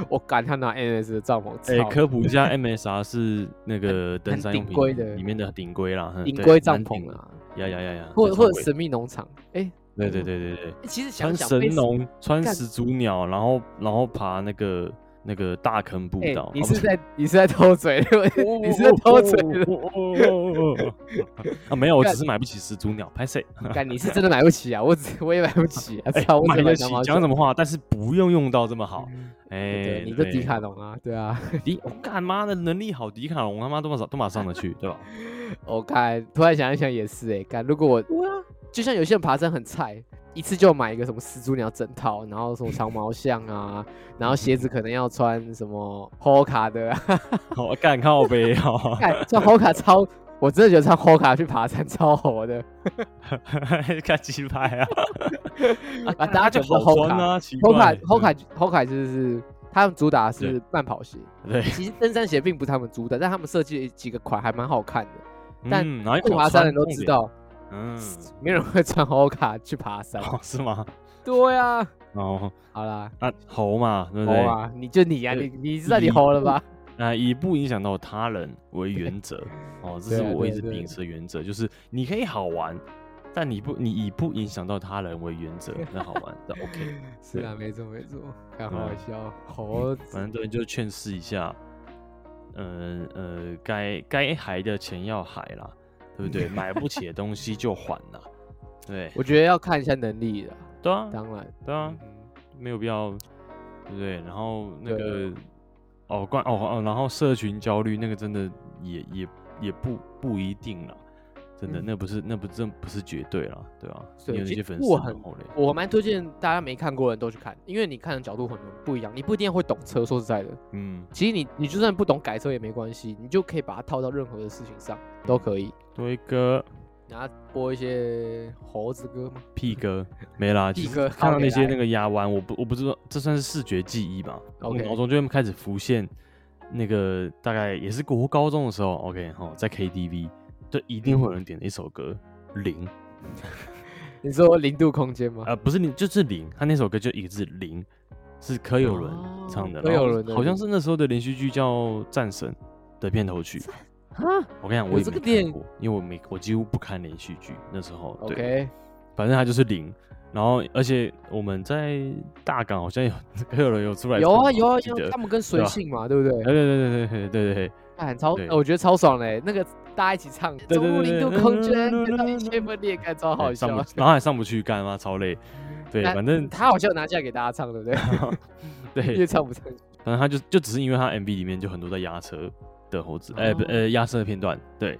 Speaker 1: 我敢他拿 AMS 的帐篷，
Speaker 2: 哎、
Speaker 1: 操
Speaker 2: 科普一下，MSR 是那个登
Speaker 1: 很
Speaker 2: 山
Speaker 1: 顶
Speaker 2: 用品
Speaker 1: 规的
Speaker 2: 里面的顶规啦，嗯
Speaker 1: 顶
Speaker 2: 对
Speaker 1: 规
Speaker 2: 蛮
Speaker 1: 帐
Speaker 2: 顶
Speaker 1: 篷
Speaker 2: 的
Speaker 1: 啊，
Speaker 2: 呀呀呀呀，
Speaker 1: 或
Speaker 2: 这
Speaker 1: 或
Speaker 2: 超
Speaker 1: 者
Speaker 2: 贵
Speaker 1: 神秘农场。哎，
Speaker 2: 对对对对对，
Speaker 1: 其实想
Speaker 2: 穿
Speaker 1: 想
Speaker 2: 神
Speaker 1: 被
Speaker 2: 农，穿
Speaker 1: 干
Speaker 2: 始祖鸟，然后然后爬那个那个大坑步
Speaker 1: 哎，
Speaker 2: 道。
Speaker 1: 你
Speaker 2: 啊
Speaker 1: 是在 你是在偷嘴？
Speaker 2: 不是
Speaker 1: 你是在偷嘴的？
Speaker 2: 哦哦哦哦哦哦啊，没有，我只
Speaker 1: 干
Speaker 2: 是买不起始祖鸟，拍谁？
Speaker 1: 干，你是真的买不起啊！我只我也买不起啊！
Speaker 2: 哎
Speaker 1: 操，我只
Speaker 2: 买
Speaker 1: 买
Speaker 2: 得起
Speaker 1: 羊毛，
Speaker 2: 讲什
Speaker 1: 么
Speaker 2: 么话？但是不用用到这么好。哎
Speaker 1: 对，，你这
Speaker 2: 对
Speaker 1: 迪卡侬啊，对啊。
Speaker 2: 迪，我干妈的能力好，迪卡侬他妈都马上都马上得去，对吧？
Speaker 1: 我看突然想一想也是哎，干，如果我
Speaker 2: 啊
Speaker 1: 就像有些人爬山很菜，一次就买一个什么始祖鸟整套，然后什么长毛象 啊，然后鞋子可能要穿什么 Hoka 的啊，
Speaker 2: 好干靠背哦，
Speaker 1: 干穿 Hoka 超，我真的觉得穿 Hoka 去爬山超火 的。
Speaker 2: 看鸡排啊！
Speaker 1: 啊大家
Speaker 2: 就
Speaker 1: 讲说
Speaker 2: 好穿啊，奇怪
Speaker 1: Hoka。Hoka Hoka 就是他们主打的是慢跑鞋，
Speaker 2: 对，
Speaker 1: 其实登山鞋并不是他们主打，但他们设计了几个款还蛮好看的。但
Speaker 2: 嗯哪一
Speaker 1: 会
Speaker 2: 种
Speaker 1: 爬山的人
Speaker 2: 穿
Speaker 1: 都
Speaker 2: 重
Speaker 1: 知
Speaker 2: 点，
Speaker 1: 道，
Speaker 2: 嗯，
Speaker 1: 没有人会穿 Hoka 去爬山。
Speaker 2: 哦是吗？
Speaker 1: 对啊，
Speaker 2: 哦，
Speaker 1: 好啦，
Speaker 2: 啊猴嘛，对不
Speaker 1: 猴
Speaker 2: 对？
Speaker 1: 啊，你就你啊，
Speaker 2: 对
Speaker 1: 你你知道你猴了吧？
Speaker 2: 啊，以不影响到他人为原则哦，这是
Speaker 1: 对啊
Speaker 2: 我
Speaker 1: 对
Speaker 2: 一
Speaker 1: 啊
Speaker 2: 直
Speaker 1: 对啊
Speaker 2: 秉持的原则，就是你可以好玩，但你不你以不影响到他人为原 则，那好玩，那 OK。
Speaker 1: 是啊，没错没错，看好好
Speaker 2: 嗯
Speaker 1: 笑，猴
Speaker 2: 反
Speaker 1: 子
Speaker 2: 正对，就劝示一下，呃呃，该该还的钱要还啦，对 不对？买不起的东西就还啦，对
Speaker 1: 我觉得要看一下能力的，
Speaker 2: 对啊，
Speaker 1: 当然，
Speaker 2: 对啊
Speaker 1: 嗯，哼
Speaker 2: 没有必要，对不对？然后
Speaker 1: 对
Speaker 2: 那
Speaker 1: 啊
Speaker 2: 个哦，关哦哦，然后社群焦虑那个真的也也也不不一定了，真的、
Speaker 1: 嗯
Speaker 2: 那不是那不真不是绝对了，对吧、你
Speaker 1: 对
Speaker 2: 有那
Speaker 1: 其
Speaker 2: 些
Speaker 1: 实
Speaker 2: 粉丝
Speaker 1: 我
Speaker 2: 然
Speaker 1: 很
Speaker 2: 后嘞，
Speaker 1: 我蛮推荐大家没看过的人都去看，因为你看的角度很不一样，你不一定会懂车，说实在的，
Speaker 2: 嗯，
Speaker 1: 其实你你就算不懂改车也没关系，你就可以把它套到任何的事情上都可以。
Speaker 2: 多一个
Speaker 1: 然后播一些猴子歌吗？
Speaker 2: 屁哥没 啦，
Speaker 1: 屁
Speaker 2: 其实
Speaker 1: 哥
Speaker 2: 看
Speaker 1: 好
Speaker 2: 到
Speaker 1: 给
Speaker 2: 那些
Speaker 1: 来
Speaker 2: 那个压弯，我不我不知道这算是视觉记忆吧我
Speaker 1: OK
Speaker 2: 脑中就会开始浮现那个大概也是国高中的时候，OK 哈，在 KTV 就一定会有人点的一首歌《零》。
Speaker 1: 嗯你说零度空间吗？
Speaker 2: 呃，不是零，就是零，他那首歌就一个字零，是柯有伦唱的，
Speaker 1: 哦柯
Speaker 2: 然后
Speaker 1: 有伦的
Speaker 2: 好像
Speaker 1: 零
Speaker 2: 是那时候的连续剧叫《战神》的片头曲。
Speaker 1: 啊
Speaker 2: 我跟你讲，
Speaker 1: 有
Speaker 2: 我也
Speaker 1: 这
Speaker 2: 没
Speaker 1: 个电
Speaker 2: 看过，因为我没，我几乎不看连续剧。那时候，对
Speaker 1: ，OK，
Speaker 2: 反正他就是零。然后，而且我们在大港好像有柯有伦有出来
Speaker 1: 有啊
Speaker 2: 唱
Speaker 1: 有啊
Speaker 2: 我记
Speaker 1: 有啊，
Speaker 2: 得
Speaker 1: 他们跟随
Speaker 2: 吧
Speaker 1: 性嘛，对不对？
Speaker 2: 哎对对对对对对对，
Speaker 1: 很超，
Speaker 2: 对
Speaker 1: 我觉得超爽嘞！那个大家一起唱《
Speaker 2: 对
Speaker 1: 中入零
Speaker 2: 对
Speaker 1: 度
Speaker 2: 对
Speaker 1: 空间》，跟
Speaker 2: 对对
Speaker 1: 到
Speaker 2: 对
Speaker 1: 一千分裂开，超
Speaker 2: 对
Speaker 1: 好
Speaker 2: 上
Speaker 1: 笑
Speaker 2: 不。，然后还上不去， 干嘛超累。对，
Speaker 1: 那
Speaker 2: 反正
Speaker 1: 他好像有拿下给大家唱，对不 对？
Speaker 2: 对，
Speaker 1: 越唱不上去。
Speaker 2: 反正他就就只是因为他 MV 里面就很多在压车的猴子，哎、不
Speaker 1: 哦
Speaker 2: 呃压车的片段，对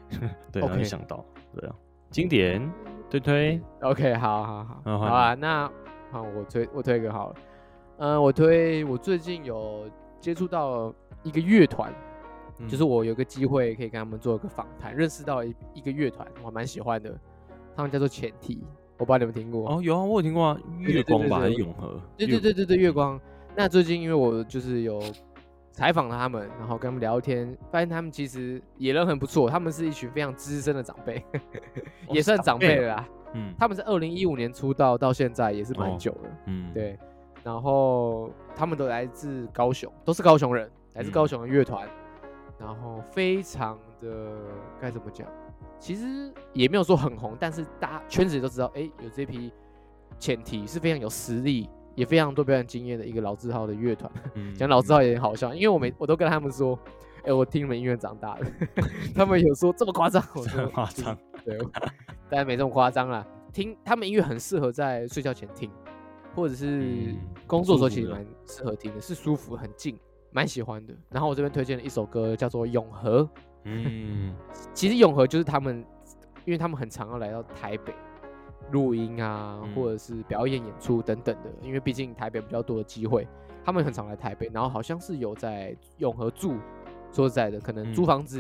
Speaker 2: 对，然后
Speaker 1: OK
Speaker 2: 就想到，对啊，经典推推
Speaker 1: OK，好好好，
Speaker 2: 那嗯换
Speaker 1: 好啊，那好，我推我推一个好了，嗯，我推我最近有接触到一个乐团，就是
Speaker 2: 嗯
Speaker 1: 我有个机会可以跟他们做一个访谈，认识到一一个乐团，我还蛮喜欢的，他们叫做前提，我不知道你们听过，
Speaker 2: 哦，有啊，我有听过啊，
Speaker 1: 对
Speaker 2: 月光
Speaker 1: 对
Speaker 2: 吧，
Speaker 1: 对
Speaker 2: 还是永和？
Speaker 1: 对
Speaker 2: 月
Speaker 1: 对对对对，月光。那最近因为我就是有采访了他们，然后跟他们聊天，发现他们其实也人很不错，他们是一群非常资深的长辈，
Speaker 2: 哦
Speaker 1: 也算
Speaker 2: 是
Speaker 1: 长辈了啦。
Speaker 2: 嗯
Speaker 1: 他们在二零一五年出道到现在也是蛮久了，
Speaker 2: 嗯，
Speaker 1: 对。然后他们都来自高雄，都是高雄人，来自高
Speaker 2: 嗯
Speaker 1: 雄的乐团，然后非常的该怎么讲？其实也没有说很红，但是大家圈子里都知道，哎，有这批前提是非常有实力，也非常多表演经验的一个老字号的乐团。
Speaker 2: 嗯
Speaker 1: 讲老字号也很好笑，因为我每我都跟他们说，哎，我听你们音乐长 大的，他们有说这么夸张，我
Speaker 2: 这
Speaker 1: 说
Speaker 2: 么 夸
Speaker 1: 就是
Speaker 2: 张，
Speaker 1: 对，我当然没这么夸张啦。听他们音乐很适合在睡觉前听，或者是
Speaker 2: 嗯
Speaker 1: 工作的时候
Speaker 2: 舒
Speaker 1: 其实
Speaker 2: 服的
Speaker 1: 蛮适合听的，是舒服很静，蛮喜欢的。然后我这边推荐了一首歌叫做《永和》，
Speaker 2: 嗯，
Speaker 1: 其实永和就是他们，因为他们很常要来到台北录音啊，
Speaker 2: 嗯
Speaker 1: 或者是表演演出等等的，因为毕竟台北比较多的机会，他们很常来台北，然后好像是有在永和住，说实在的，可能租
Speaker 2: 嗯
Speaker 1: 房子，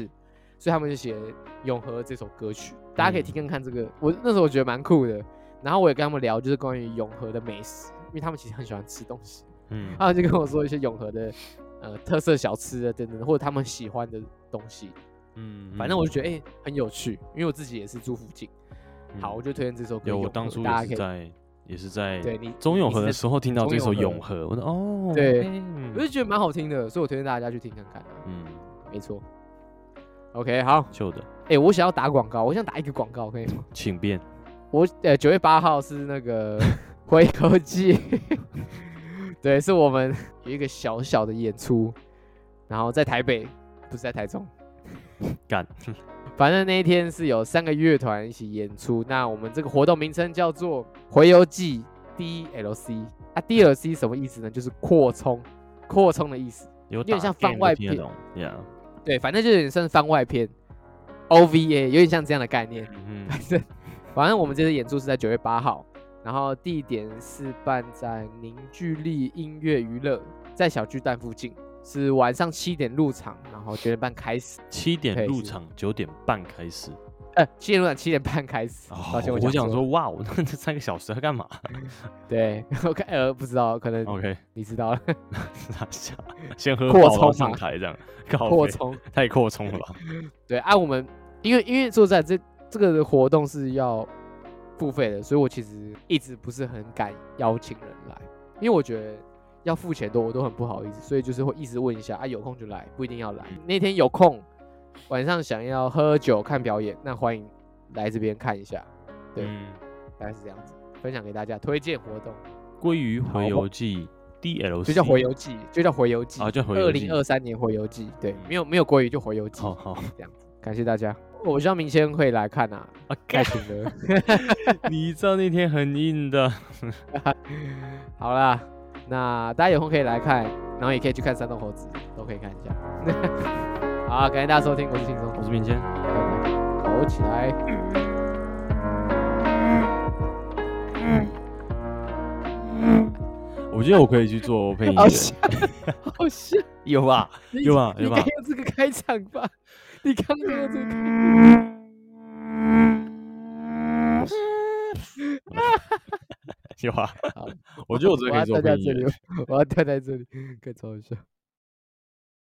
Speaker 1: 所以他们就写《永和》这首歌曲，大家可以
Speaker 2: 嗯
Speaker 1: 听看看这个，我那时候我觉得蛮酷的，然后我也跟他们聊就是关于永和的美食，因为他们其实很喜欢吃东西，
Speaker 2: 嗯，
Speaker 1: 他们就跟我说一些永和的呃特色小吃啊等等的，或者他们喜欢的东西，
Speaker 2: 嗯
Speaker 1: 反正我就觉得哎、欸很有趣，因为我自己也是住附近。
Speaker 2: 嗯
Speaker 1: 好，我就推荐这首歌。
Speaker 2: 有我当初
Speaker 1: 大家可
Speaker 2: 也是
Speaker 1: 以，
Speaker 2: 在也是在嗯
Speaker 1: 对你
Speaker 2: 中永和
Speaker 1: 你
Speaker 2: 的
Speaker 1: 是
Speaker 2: 时候听到
Speaker 1: 中
Speaker 2: 这首《
Speaker 1: 永和
Speaker 2: 永和》，我说哦，
Speaker 1: 对
Speaker 2: 哎
Speaker 1: 我就觉得蛮好听的，所以我推荐大家去听看看啊、
Speaker 2: 嗯，
Speaker 1: 没错。OK，好，
Speaker 2: 旧的，
Speaker 1: 哎、我想要打广告，我想打一个广告，可以吗？
Speaker 2: 请便，
Speaker 1: 我呃，九月八号是那个回头记，对，是我们有一个小小的演出，然后在台北，不是在台中。
Speaker 2: 干，
Speaker 1: 反正那一天是有三个乐团一起演出。那我们这个活动名称叫做“回游记 DLC”。啊，DLC 什么意思呢？就是扩充，扩充的意思。
Speaker 2: 有
Speaker 1: 点
Speaker 2: 打
Speaker 1: 像
Speaker 2: game
Speaker 1: 番
Speaker 2: 都
Speaker 1: 外
Speaker 2: 听得
Speaker 1: 篇
Speaker 2: 懂，Yeah，
Speaker 1: 对，反正就有点像番外篇，OVA 有点像这样的概念。
Speaker 2: 嗯
Speaker 1: 反正反正我们这次演出是在九月八号，然后地点是办在凝聚力音乐娱乐，在小巨蛋附近，是晚上七点入场，然后九点半开始。
Speaker 2: 七点
Speaker 1: 对
Speaker 2: 入
Speaker 1: 是
Speaker 2: 场，九点半开始。
Speaker 1: 呃，七点入场，七点半开始。
Speaker 2: 哦
Speaker 1: 抱歉，
Speaker 2: 我
Speaker 1: 讲
Speaker 2: 想
Speaker 1: 错了，
Speaker 2: 说，哇，我那这三个小时要干嘛
Speaker 1: 对，OK，呃， 不知道，可能
Speaker 2: ？OK，
Speaker 1: 你知道了，
Speaker 2: 拿下，先喝
Speaker 1: 扩
Speaker 2: 饱然后
Speaker 1: 充
Speaker 2: 上
Speaker 1: 嘛
Speaker 2: 台这样，靠
Speaker 1: 扩
Speaker 2: 北
Speaker 1: 充。
Speaker 2: 太扩充了吧？
Speaker 1: 对，啊，我们因为因为说实在这这个活动是要付费的，所以我其实一直不是很敢邀请人来，因为我觉得要付钱多，我都很不好意思，所以就是会一直问一下啊，有空就来，不一定要来
Speaker 2: 嗯。
Speaker 1: 那天有空，晚上想要喝酒看表演，那欢迎来这边看一下，对
Speaker 2: 嗯，
Speaker 1: 大概是这样子，分享给大家，推荐活动，
Speaker 2: 鲑鱼
Speaker 1: 好
Speaker 2: 回
Speaker 1: 我
Speaker 2: 游记 DLC
Speaker 1: 就叫回游记，就叫回游记
Speaker 2: 啊，，叫回
Speaker 1: 二
Speaker 2: 游记
Speaker 1: 零。二三年回游记，对
Speaker 2: 嗯，
Speaker 1: 没有没有国语就回游记，
Speaker 2: 好好
Speaker 1: 这样子，感谢大家，我希望明天会来看啊，
Speaker 2: 啊，
Speaker 1: 太
Speaker 2: 干，
Speaker 1: 挺了。
Speaker 2: 你知道那天很硬的，
Speaker 1: 好啦，那大家有空可以来看，然后也可以去看山东猴子，都可以看一下。 好，感谢大家收听，我是轻松，
Speaker 2: 我是明谦。
Speaker 1: 拜拜，吼起来。
Speaker 2: 我觉得我可以去做配音员，
Speaker 1: 像，好像，
Speaker 2: 有啊吧？
Speaker 1: Oh, 你
Speaker 2: 有吧
Speaker 1: 你
Speaker 2: 有吧
Speaker 1: 该用这个开场吧？ 你刚刚用这个开，
Speaker 2: 有吧
Speaker 1: 好？
Speaker 2: 我觉得我真的可以
Speaker 1: 我
Speaker 2: 做
Speaker 1: 要掉在
Speaker 2: 配音
Speaker 1: 这
Speaker 2: 员
Speaker 1: 里。，我要掉在这里，该超好笑。